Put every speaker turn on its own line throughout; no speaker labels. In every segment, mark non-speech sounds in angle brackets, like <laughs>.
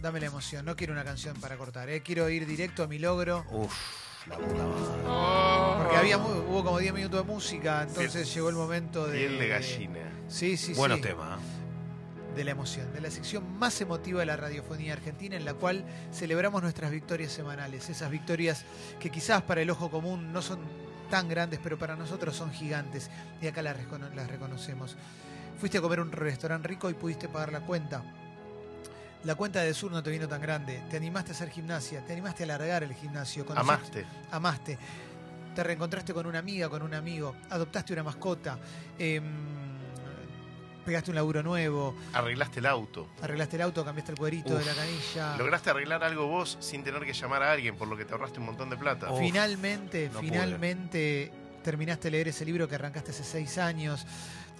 dame la emoción. No quiero una canción para cortar, ¿eh? quiero ir directo a mi logro.
Uf, la puta madre.
Porque había mu- hubo como 10 minutos de música, entonces llegó el momento de.
Piel de gallina.
Sí, sí,
Buenos
sí.
temas.
De la emoción, de la sección más emotiva de la radiofonía argentina, en la cual celebramos nuestras victorias semanales. Esas victorias que quizás para el ojo común no son tan grandes, pero para nosotros son gigantes. Y acá las, recono- las reconocemos. Fuiste a comer a un restaurante rico y pudiste pagar la cuenta. La cuenta de sur no te vino tan grande. Te animaste a hacer gimnasia, te animaste a alargar el gimnasio. conociste-
Amaste.
amaste, te reencontraste con una amiga, con un amigo, adoptaste una mascota, em, pegaste un laburo nuevo,
Arreglaste el auto.
arreglaste el auto, cambiaste el cuerito de la
Ah.
canilla.
Lograste arreglar algo vos sin tener que llamar a alguien, por lo que te ahorraste un montón de plata.
Uf.
finalmente,
no pude.
finalmente terminaste de leer ese libro que arrancaste hace seis
<laughs>
años.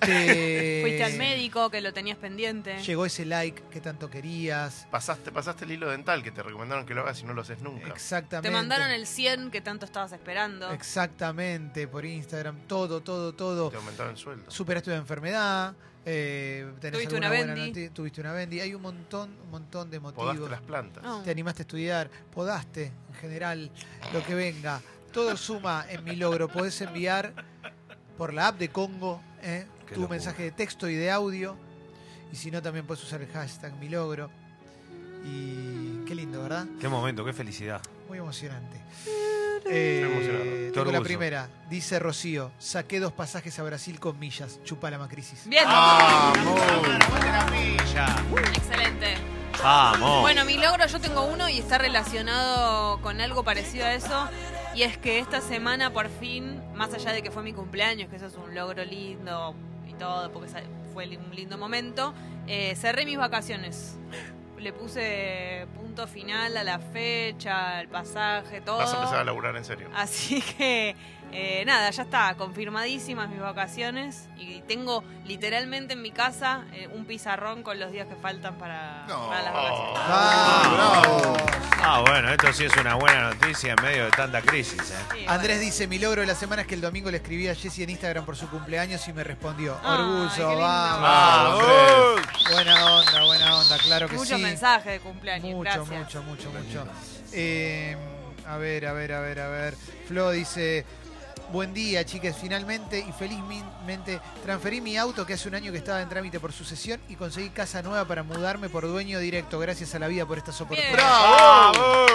Te-
Fuiste al médico que lo tenías pendiente.
Llegó ese like que tanto querías.
Pasaste, pasaste el hilo dental que te recomendaron que lo hagas y no lo haces nunca.
Exactamente.
Te mandaron el 100 que tanto estabas esperando.
Exactamente, por Instagram, todo, todo, todo.
Te aumentaron el sueldo.
superaste una enfermedad, eh, tenés
Tuviste
alguna
una
buena
bendi.
noti- tuviste una bendi. Hay un montón, un montón de
Podaste
motivos.
las plantas.
No.
Te animaste a estudiar, podaste en general lo que venga. Todo suma en mi logro. Podés enviar por la app de Congo eh,
Qué
tu
locura.
mensaje de texto y de audio. Y si no, también puedes usar el hashtag mi logro. Y qué lindo, ¿verdad?
Qué momento, qué felicidad.
Muy emocionante.
emocionado.
Eh, tengo la
orgullo.
primera. Dice Rocío, saqué dos pasajes a Brasil con millas. Chupa la macrisis.
Bien.
Ah.
¡Vamos!
Excelente. Bueno, mi logro yo tengo uno y está relacionado con algo parecido a eso. Y es que esta semana por fin, más allá de que fue mi cumpleaños, que eso es un logro lindo y todo, porque sa- fue li- un lindo momento, eh, cerré mis vacaciones. Le puse punto final a la fecha, al pasaje, todo.
Vas a empezar a laburar en serio.
Así que, eh, nada, ya está, confirmadísimas mis vacaciones. Y tengo literalmente en mi casa eh, un pizarrón con los días que faltan para,
No.
para las vacaciones.
Ah,
Bravo.
Ah, bueno, esto sí es una buena noticia en medio de tanta crisis. ¿eh?
Sí,
Andrés
bueno.
dice, mi logro de la semana es que el domingo le escribí a Jessy en Instagram por su cumpleaños y me respondió,
Ay, qué
orgullo,
lindo.
vamos.
¡Vamos!
Buena onda, buena onda, claro que
Mucho
sí.
mensaje de cumpleaños,
mucho,
gracias.
mucho, mucho, mucho. Eh, a ver, a ver, a ver, a ver. Flo dice, buen día, chicas, finalmente y felizmente transferí mi auto que hace un año que estaba en trámite por sucesión y conseguí casa nueva para mudarme por dueño directo. Gracias a la vida por estas oportunidades.
¡Bravo!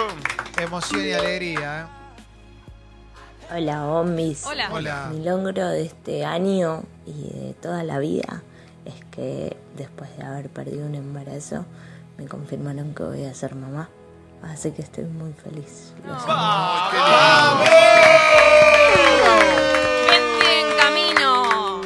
Emoción y alegría, ¿eh?
Hola, Omis.
Hola.
Hola.
Mi logro de este año y de toda la vida es que después de haber perdido un embarazo, me confirmaron que voy a ser mamá. Así que estoy muy feliz. Los amo.
Gente en camino.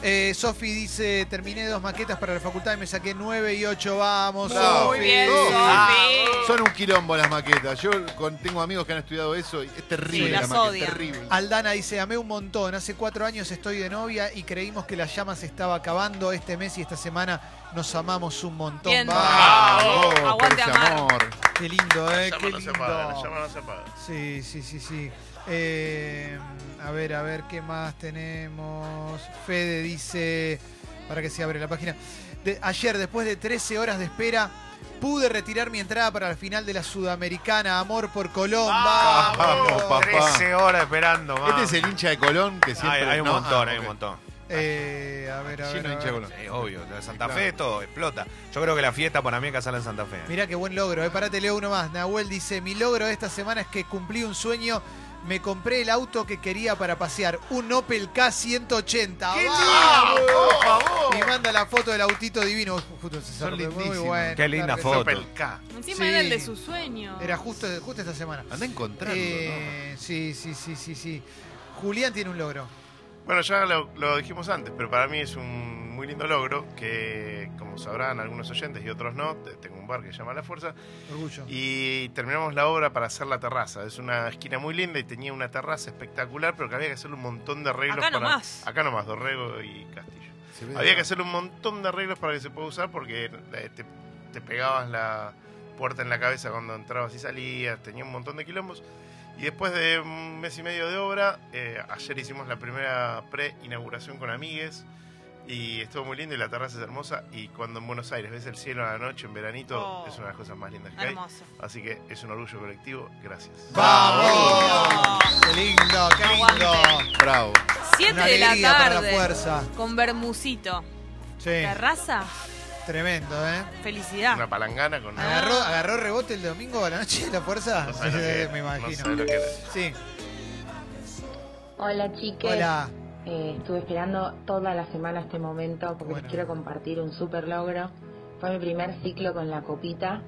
Eh, Sofi dice, terminé dos maquetas para la facultad y me saqué 9 y 8, vamos.
Bravo.
Sofi. Ah.
Muy bien,
Oh.
Sofi.
Son un quilombo las maquetas. Yo con- tengo amigos que han estudiado eso y es terrible
Sí,
la
las
maqueta,
odian.
terrible.
Aldana dice, amé un montón, hace cuatro años estoy de novia y creímos que la llama se estaba acabando este mes y esta semana nos amamos un montón.
Bien.
Vamos.
Vamos, por
Ah, oh, Aguante,
ese
Amar.
amor.
Qué lindo,
La
eh.
llama
Qué
no se apaga, la llama
lindo.
no se apaga.
Sí, sí, sí, sí. Eh, a ver, a ver, ¿qué más tenemos? Fede dice, para que se abre la página. De- ayer, después de 13 horas de espera, pude retirar mi entrada para la final de la Sudamericana. Amor por Colón.
Ah. Vamos, papá.
13 horas esperando, más.
Este es el hincha de Colón que siempre.
Hay, hay un
no,
montón,
ah,
hay un
ok.
montón.
Eh, a ver, a ver.
Lleno de
a
hincha
ver.
de Colón.
Sí, obvio, de Santa Fe todo explota. Yo creo que la fiesta para mí es casarla en Santa Fe.
Mirá qué buen logro, eh. Pará, te leo uno más. Nahuel dice, mi logro de esta semana es que cumplí un sueño. Me compré el auto que quería para pasear, un Opel K180. ¡Vamos!
¡Por favor!
Y manda la foto del autito divino. Justo se
Son
cerró. Muy
lindísimas.
bueno.
Qué linda
que
foto.
Opel K.
Encima
Sí.
era el de sus sueños.
sí. Era justo, justo esta semana.
Anda encontrando.
Eh, Sí, sí, sí, sí, sí. Julián tiene un logro.
Bueno, ya lo, lo dijimos antes, pero para mí es un muy lindo logro que, como sabrán algunos oyentes y otros no, te- tengo un bar que se llama La Fuerza,
Orgullo.
y terminamos la obra para hacer la terraza. Es una esquina muy linda y tenía una terraza espectacular, pero que había que hacerle un montón de arreglos
Acá
para...
nomás.
Acá nomás, Dorrego y Castillo.
¿no? Se ve-
Había que hacerle un montón de arreglos para que se pueda usar porque eh, te, te pegabas la puerta en la cabeza cuando entrabas y salías, tenía un montón de quilombos. Y después de un mes y medio de obra, eh, ayer hicimos la primera pre-inauguración con amigues Y estuvo muy lindo y la terraza es hermosa. Y cuando en Buenos Aires ves el cielo a la noche en veranito,
Oh.
es una de las cosas más lindas que hay.
Hermoso.
Así que es un orgullo colectivo. Gracias.
¡Vamos! ¡Qué lindo, qué lindo!
Aguante.
Bravo.
Siete
Una
de la
alegría para la
tarde.
fuerza.
Con Bermucito.
Sí,
Terraza,
tremendo, ¿eh?
felicidad.
Una palangana
Ah.
con.
Agarró, agarró rebote el domingo a la noche de la fuerza.
no sabés lo que era,
me
no sabés
imagino.
lo que era.
Sí,
Hola chiques.
hola.
Eh, estuve esperando toda la semana este momento porque
Bueno.
les quiero compartir un super logro. Fue mi primer ciclo con la copita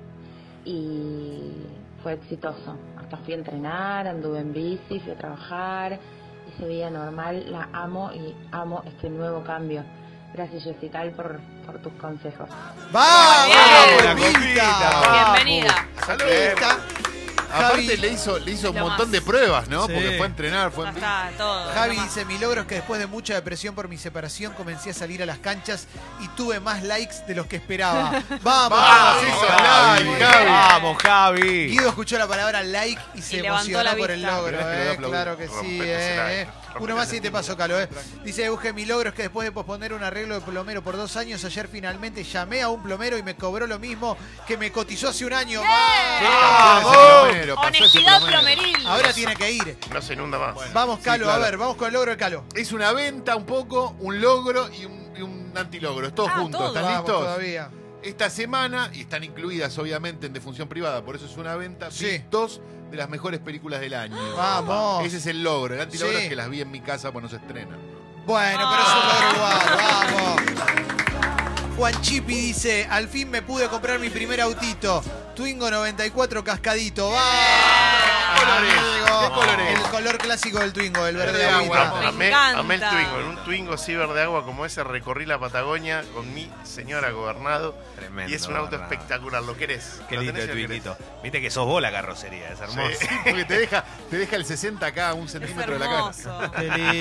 y fue exitoso. Hasta fui a entrenar, anduve en bici, fui a trabajar, hice vida normal, la amo y amo este nuevo cambio. Gracias Jessica por, por tus consejos.
¡Vamos,
Bien.
Copita!
Vamos.
Bienvenida.
Copita.
Aparte
Javi.
le hizo, le hizo un
Lo
montón
más.
de pruebas, ¿no?
Sí.
Porque fue a entrenar, fue
Ya
en bici.
está, todo.
Javi
nomás.
dice, mi logro es que después de mucha depresión por mi separación comencé a salir a las canchas y tuve más likes de los que esperaba.
<laughs>
¡Vamos!
Ah,
Vamos,
Javi!
hizo Ah, Javi, Javi.
Vamos, Javi.
Guido escuchó la palabra like y se
Y levantó
emocionó
la
por el
vista.
logro,
Tenés que
eh,
lo aplaudir.
claro que sí.
Rompete ese
eh,
like,
eh.
rompete
Uno más
ese
y te
like.
paso, Calo. Eh. Dice Euge, mi logro es que después de posponer un arreglo de plomero por dos años, ayer finalmente llamé a un plomero y me cobró lo mismo que me cotizó hace un año.
Pasó ese plomero, pasó ese
Honestidad
plomero.
plomeril.
Ahora tiene que ir.
No se inunda más.
Vamos,
sí,
Calo,
claro.
a ver, vamos con el logro de Calo.
Es una venta un poco, un logro y un, y un antilogro. Es todo
Ah,
junto.
todo.
¿Están
Vamos
listos?
todavía.
Esta semana, y están incluidas obviamente en defunción privada, por eso es una venta,
Sí. Ah,
vi dos de las mejores películas del año.
Vamos.
Ese es el logro. El antilogro
Sí.
es que las vi en mi casa cuando se estrenan.
Bueno,
Ah.
pero es un logro igual, vamos. Juan Chipi dice, al fin me pude comprar mi primer autito. Twingo 94 cascadito, ¡vamos!
¿Qué colores?
amigo!
¿Qué colores?
El color clásico del Twingo, el verde
Verde agua.
agüita.
Me
Amé,
encanta.
amé el Twingo. En un Twingo así verde agua como ese recorrí la Patagonia con mi señora gobernado.
Tremendo,
y es un auto
¿verdad?
espectacular. Lo querés.
Qué
Lo
lindo
tenés
el
y lo querés.
twinguito. Viste que sos vos la carrocería, es hermoso.
Sí.
Porque te deja, te deja el 60 acá, un
Es
centímetro de la cara.
hermoso.
Qué lindo,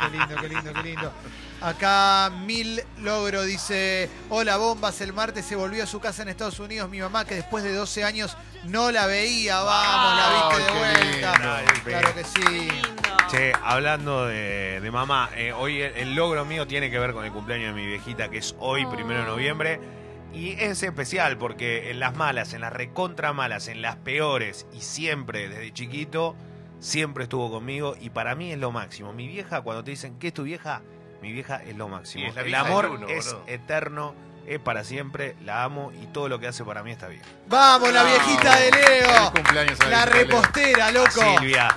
qué lindo, qué lindo, qué lindo. Acá Mil Logro dice, hola bombas, el martes se volvió a su casa en Estados Unidos mi mamá que después de 12 años no la veía, vamos, la viste de
Ay, Ah, qué lindo,
vuelta.
qué lindo.
Claro que sí.
Lindo.
Che, hablando de, de mamá, eh, hoy el, el logro mío tiene que ver con el cumpleaños de mi viejita, que es hoy,
Ah.
primero de noviembre. Y es especial porque en las malas, en las recontra malas, en las peores, y siempre desde chiquito, siempre estuvo conmigo. Y para mí es lo máximo. Mi vieja, cuando te dicen, ¿qué es tu vieja? Mi vieja es lo máximo.
Y es la
el
vieja del
amor
uno,
es
boludo.
eterno, es para siempre, la amo y todo lo que hace para mí está bien.
Vamos,
Ah,
la viejita de
Feliz
Leo.
cumpleaños a
La
viejita de Leo.
repostera, loco.
Silvia,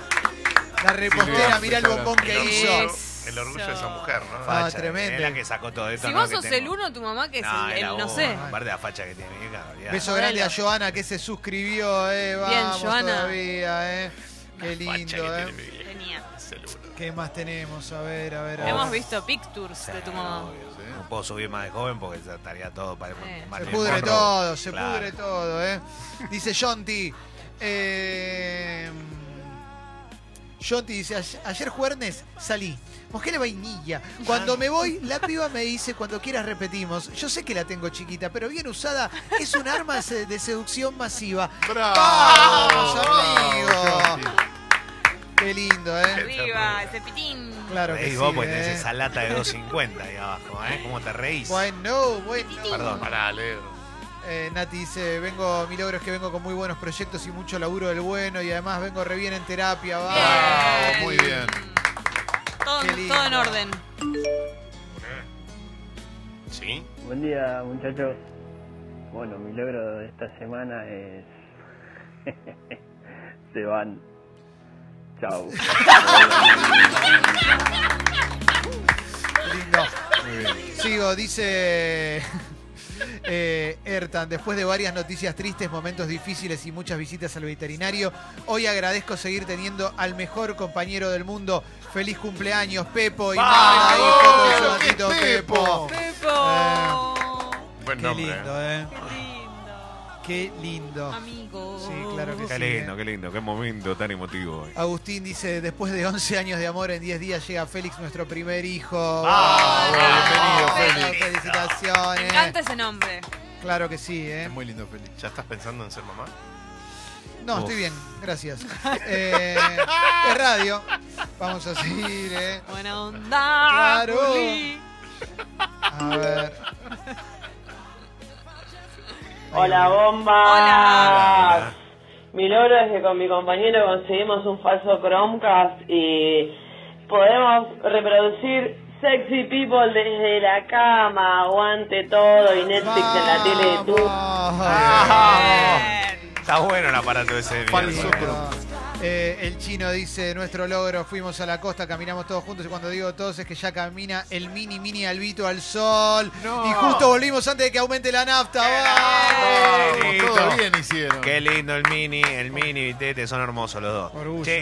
La repostera,
Silvia,
mirá el bombón
El
que hizo.
orgullo, el orgullo de esa mujer, ¿no?
Ah,
facha,
tremendo.
es la que sacó todo esto.
Si
no
vos
que
sos
tengo.
el uno, tu mamá que es el,
era
el- no
vos,
sé.
Aparte de la facha que tiene, vieja, olvidá.
Beso grande a Joana que se suscribió, eh.
Bien,
Vamos
Joana.
todavía, eh. Qué
Facha que
lindo, eh.
tiene mi vieja.
Tenía.
¿Qué más tenemos? A ver, a ver, a ver.
Hemos visto pictures de tu
No,
mamá.
obvio, sí. No puedo subir más de joven porque ya estaría todo para
Eh.
Se
Marilyn
pudre
Monroe.
todo, se
Claro.
pudre todo, ¿eh? Dice Jonty. Eh, Jonty dice, "Ay- ayer jueves salí. Mosqué la vainilla. Cuando me voy, la piba me dice, cuando quieras repetimos. Yo sé que la tengo chiquita, pero bien usada es un arma se- de seducción masiva.
Bravo.
Vamos,
bravo,
amigo. Qué lindo, ¿eh?
Arriba, ese pitín.
Claro que
Reís
sí.
vos pues, porque tenés
¿eh?
esa lata de 250 ahí abajo, ¿eh? ¿Cómo te reís?
Bueno, bueno.
Perdón.
Pará, Leo.
Eh, Nati dice, vengo, mi logro es que vengo con muy buenos proyectos y mucho laburo del bueno y además vengo re bien en terapia. va.
Bravo, muy bien.
Todo,
Qué lindo.
todo en orden.
¿Sí?
Buen día, muchachos. Bueno, mi logro de esta semana es. <laughs> Se van. Chao.
Lindo. Sigo, dice <laughs> eh, Ertan, después de varias noticias tristes, momentos difíciles y muchas visitas al veterinario, hoy agradezco seguir teniendo al mejor compañero del mundo. Feliz cumpleaños, Pepo. Y manda ahí
¡Vamos!
foto de su
¡Qué
gatito,
Pepo!
Pepo.
Pepo.
Buen
Qué
nombre. ¿eh?
lindo, ¿eh?
Qué lindo.
Qué
Oh.
lindo.
Amigo.
Sí, claro que
Qué
sí,
lindo,
eh.
qué lindo, qué momento tan emotivo. hoy.
Agustín dice, después de 11 años de amor, en 10 días llega Félix, nuestro primer hijo.
Ah,
Bravo,
bienvenido,
bravo,
Félix.
Me
Felicitaciones.
encanta ese nombre.
Claro que sí, ¿eh?
Es muy lindo, Feliz.
¿Ya estás pensando en ser mamá?
No,
Uf.
estoy bien, gracias. Eh, es radio. Vamos a seguir, ¿eh?
Buena onda.
Claro.
Juli.
A ver.
Hola bombas.
Hola.
Mi logro es que con mi compañero conseguimos un falso Chromecast y podemos reproducir Sexy People desde la cama, aguante todo y Netflix en la tele de tu.
Ah,
Bien.
Está bueno el aparato ese. de
Falso
mierda.
cromo.
Eh, el chino dice, nuestro logro, fuimos a la costa, caminamos todos juntos y cuando digo todos es que ya camina el mini mini albito al sol.
No.
Y justo volvimos antes de que aumente la nafta. ¡Vamos!
Qué
Vamos,
lindo.
todo bien hicieron.
Qué lindo el mini, el mini y Tete, son hermosos los dos.
Orgullo,
Che,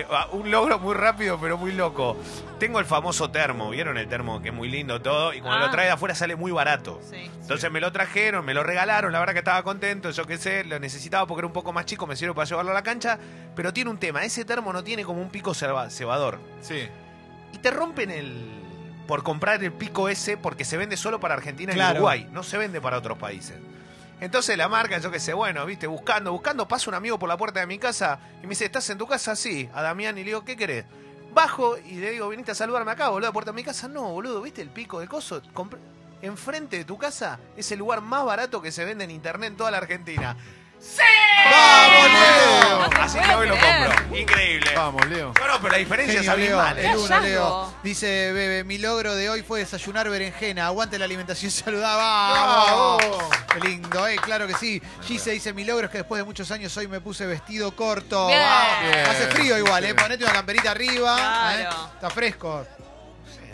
eh, ah, un logro muy rápido, pero muy loco. Tengo el famoso termo, ¿vieron el termo? Que es muy lindo todo, y cuando
Ah.
lo trae de afuera sale muy barato.
Sí.
Entonces me lo trajeron, me lo regalaron, la verdad que estaba contento, yo qué sé, lo necesitaba porque era un poco más chico, me sirve para llevarlo a la cancha, pero tiene un tema, ese termo no tiene como un pico ceba- cebador.
Sí.
Y te rompen el... por comprar el pico ese porque se vende solo para Argentina y
Claro.
Uruguay, no se vende para otros países. Entonces la marca, yo qué sé, bueno, viste, buscando, buscando, pasa un amigo por la puerta de mi casa y me dice, ¿estás en tu casa? Sí, a Damián y le digo, ¿qué querés? Bajo y le digo, viniste a saludarme acá, boludo, a la puerta de mi casa. No, boludo, ¿viste el pico de coso? Compré- Enfrente de tu casa es el lugar más barato que se vende en internet en toda la Argentina. ¡Sí!
¡Vamos, Leo!
No te
Así
puedo
que hoy lo
creer.
compro. Increíble.
Vamos, Leo.
No, no, pero la diferencia
Genio,
es
Leo.
abismal. ¿eh?
El uno,
Hallazgo.
Leo. Dice Bebe, mi logro de hoy fue desayunar berenjena. Aguante la alimentación <laughs> saludable.
Bravo.
Qué lindo, eh, claro que sí. Gise dice, mi logro es que después de muchos años hoy me puse vestido corto.
Bien.
Vamos.
Bien.
Hace frío igual, eh.
Sí.
Ponete una camperita arriba.
Claro.
eh. Está fresco.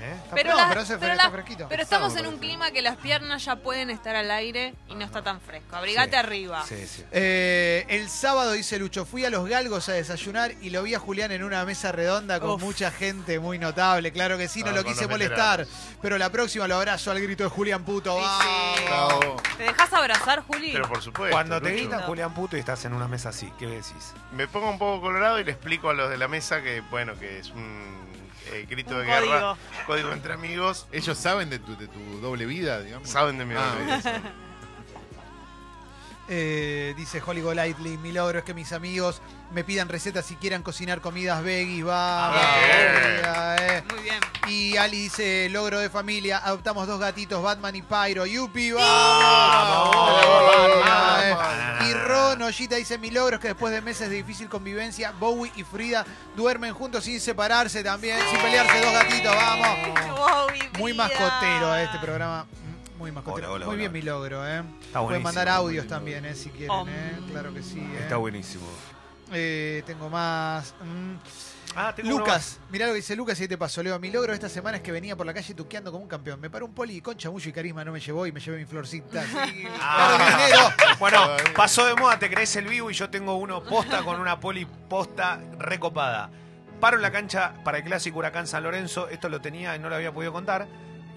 ¿Eh?
Está
Pero,
fresco,
las-
pero hace
pero
fre-
las-
está fresquito.
pero estamos en
Estamos,
un clima que las piernas ya pueden estar al aire y no está tan fresco. Abrigate
Sí.
arriba.
Sí, sí.
Eh, el sábado, dice Lucho, fui a los galgos a desayunar y lo vi a Julián en una mesa redonda con mucha gente muy notable. Claro que
Ah,
sí, no,
No,
lo
con
quise
los
molestar. Pero la próxima lo abrazo al grito de Julián Puto.
Sí, sí.
¡Vamos!
Bravo.
¿Te dejas abrazar, Juli?
Pero por supuesto.
Cuando te
Lucho.
gritan Julián Puto y estás en una mesa así, ¿qué decís?
Me pongo un poco colorado y le explico a los de la mesa que, bueno, que es un eh, grito
Un
de
código.
guerra, código entre amigos.
Ellos saben de tu, de tu doble vida, digamos.
Saben de mi
Ah,
nombre.
Eh, dice Holly Golightly, mi logro es que mis amigos me pidan recetas si quieran cocinar comidas veggies,
Ah,
va.
bien.
va, eh.
Muy bien.
Y Ali dice, logro de familia, adoptamos dos gatitos, Batman y Pyro, yupi, vamos.
¡Vamos,
Va, eh.
Batman!
Y Ron Ollita dice, mi logro es que después de meses de difícil convivencia, Bowie y Frida duermen juntos sin separarse también, sin pelearse, dos gatitos, vamos.
Wow,
Muy
vida.
mascotero eh, este programa. mm, Muy mascotero.
Hola, hola,
Muy
hola.
bien, mi logro, ¿eh?
Está
Pueden
buenísimo.
mandar audios
buenísimo.
también, ¿eh? Si quieren,
Om.
¿eh? Claro que sí, ¿eh?
Está buenísimo.
Eh, tengo más. mm.
Ah, tengo uno más.
Lucas, mirá lo que dice Lucas y te paso, Leo. Mi logro esta semana es que venía por la calle tuqueando como un campeón. Me paró un poli y con chamullo y carisma no me llevó y me llevé mi
<laughs>
florcita. Sí, claro,
Ah.
dinero.
Bueno, pasó de moda, te crees el vivo y yo tengo uno posta con una poli posta recopada. Paro en la cancha para el clásico Huracán San Lorenzo, esto lo tenía y no lo había podido contar.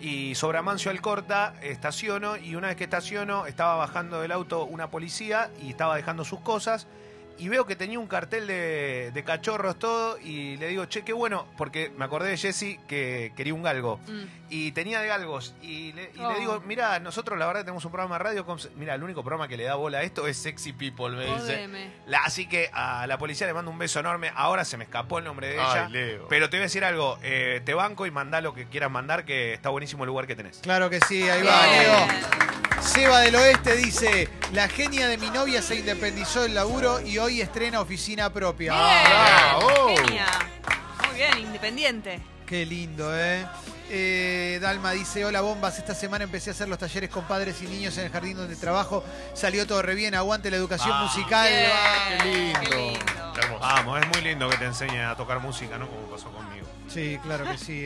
Y sobre Amancio Alcorta estaciono y una vez que estaciono estaba bajando del auto una policía y estaba dejando sus cosas y veo que tenía un cartel de, de cachorros todo y le digo, che, qué bueno, porque me acordé de Jesse que quería un galgo
Mm.
y tenía de galgos. Y le, y le
Oh.
digo, mira, nosotros la verdad tenemos un programa de radio. con- Mira, el único programa que le da bola a esto es Sexy People, me dice.
Jodeme.
La- así que a la policía le mando un beso enorme. Ahora se me escapó el nombre de ella.
Ay, Leo.
Pero te voy a decir algo, eh, te banco y mandá lo que quieras mandar, que está buenísimo el lugar que tenés.
Claro que sí, ahí va,
Bien.
Leo. Seba del Oeste dice: La genia de mi novia se independizó del laburo y hoy estrena oficina propia. Ah,
Bien.
bravo.
Genia. Muy bien, independiente.
Qué lindo, ¿eh? Eh, Dalma dice, hola bombas, esta semana empecé a hacer los talleres con padres y niños en el jardín donde trabajo, salió todo re bien, aguante la educación
Ah,
musical.
Bien,
Ah, qué lindo.
Qué lindo.
Hermoso.
Vamos, es muy lindo que te enseñen a tocar música, ¿no? Como pasó conmigo.
Sí, claro que
<laughs>
sí. ¿eh?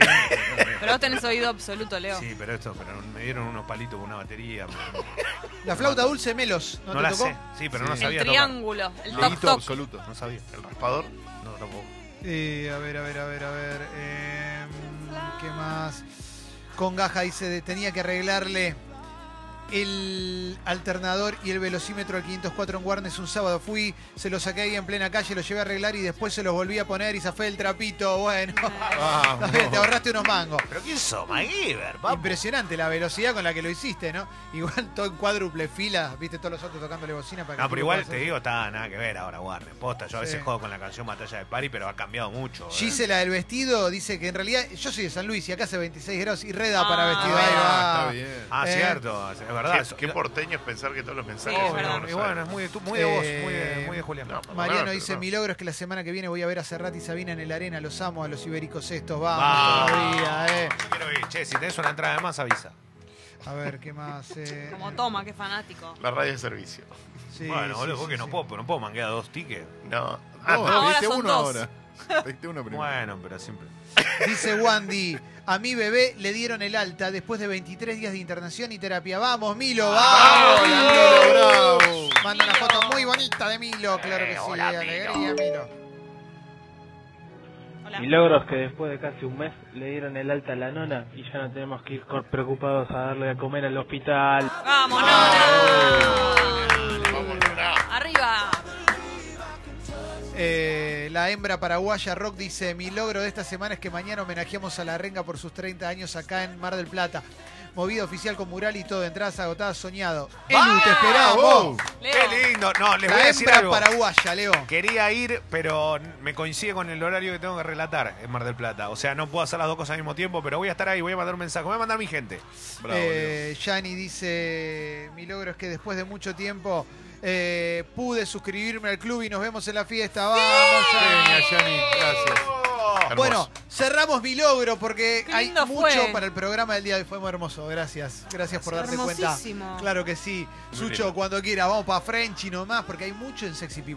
Pero vos tenés oído absoluto, Leo.
Sí, pero esto, pero me dieron unos palitos con una batería. me-
La flauta dulce Melos, ¿no,
No,
te
la
tocó?
sé. Sí, pero no la
Sí.
sabía
el
tocar.
triángulo, el toc
Leíto
toc.
absoluto.
No sabía.
El raspador.
No, tampoco.
Eh, a ver, a ver, a ver, a ver. em, eh, ¿Qué más? Con Gaja dice, de- tenía que arreglarle el alternador y el velocímetro al 504 en Warnes un sábado. Fui, se lo saqué ahí en plena calle, lo llevé a arreglar y después se los volví a poner y zafé el trapito. Bueno, <laughs>
Vamos.
está bien, te ahorraste unos mangos.
¿Pero quién sos, MacGyver, papu?
Impresionante la velocidad con la que lo hiciste, ¿no? Igual todo en cuádruple fila, viste todos los autos tocándole bocina para que
No,
tú
pero igual
puedas
te
hacer.
digo, está nada que ver ahora, Warner. Posta, yo a veces
Sí.
juego con la canción Batalla de Pari, pero ha cambiado mucho. ¿eh?
Gisela del vestido dice que en realidad yo soy de San Luis y acá hace 26 grados y reda para
Ah,
vestido. Ahí va.
Ah, está bien.
Ah,
Eh.
cierto, es verdad.
Qué, qué porteño es pensar que todos los mensajes
Sí,
son de
verdad.
Buenos
y bueno,
Aires.
es muy de, tu- muy de vos, muy de,
Eh,
muy de Julián.
No, perdón,
Mariano
pero
dice,
no.
mi logro es que la semana que viene voy a ver a Serrat y Sabina en el Arena, los amo a los ibéricos estos, vamos
Vamos.
todavía, eh.
Yo Quiero ir. Che, si tenés una entrada de más, avisa.
A ver, ¿qué más? eh?
Como Toma, qué fanático.
La radio de servicio.
Sí,
bueno,
sí,
boludo,
sí,
vos que no
sí.
puedo, no puedo manguear dos tickets. Oh,
No. Ah,
No,
ahora
te diste
son
uno
dos.
ahora. Te diste uno primero.
Bueno, pero siempre.
Dice Wandy, a mi bebé le dieron el alta después de 23 días de internación y terapia. Vamos, Milo, vamos.
¡Hola, Milo, bravo!
Manda una
Milo.
foto muy bonita de Milo, claro que
Eh,
sí,
hola,
alegría,
Milo.
Milo.
Hola.
Milagros que después de casi un mes le dieron el alta a la nona y ya no tenemos que ir cor- preocupados a darle a comer al hospital.
¡Vamos, Nona!
Vamos, Nora.
¡Arriba!
Eh, la hembra paraguaya Rock dice, mi logro de esta semana es que mañana homenajeamos a la renga por sus 30 años acá en Mar del Plata. Movida oficial con mural y todo, entradas agotadas, soñado. Elu, te esperamos.
¡Bravo!
Leo.
¡Qué lindo! No, les voy a
La
decir
hembra
algo.
paraguaya, Leo.
Quería ir, pero me coincide con el horario que tengo que relatar en Mar del Plata. O sea, no puedo hacer las dos cosas al mismo tiempo, pero voy a estar ahí, voy a mandar un mensaje, voy a mandar a mi gente.
Bravo,
Eh, Yani dice, mi logro es que después de mucho tiempo eh, pude suscribirme al club y nos vemos en la fiesta. Vamos, Yani.
Genia, Yanni, gracias.
Hermoso.
Bueno, cerramos mi logro porque
Qué
hay
lindo
mucho
fue.
para el programa del día de hoy. Fue muy hermoso. Gracias. Gracias por darte cuenta.
Hermosísimo.
Claro que sí.
Muy
Sucho,
lindo.
cuando quiera, vamos para Frenchy nomás porque hay mucho en Sexy People.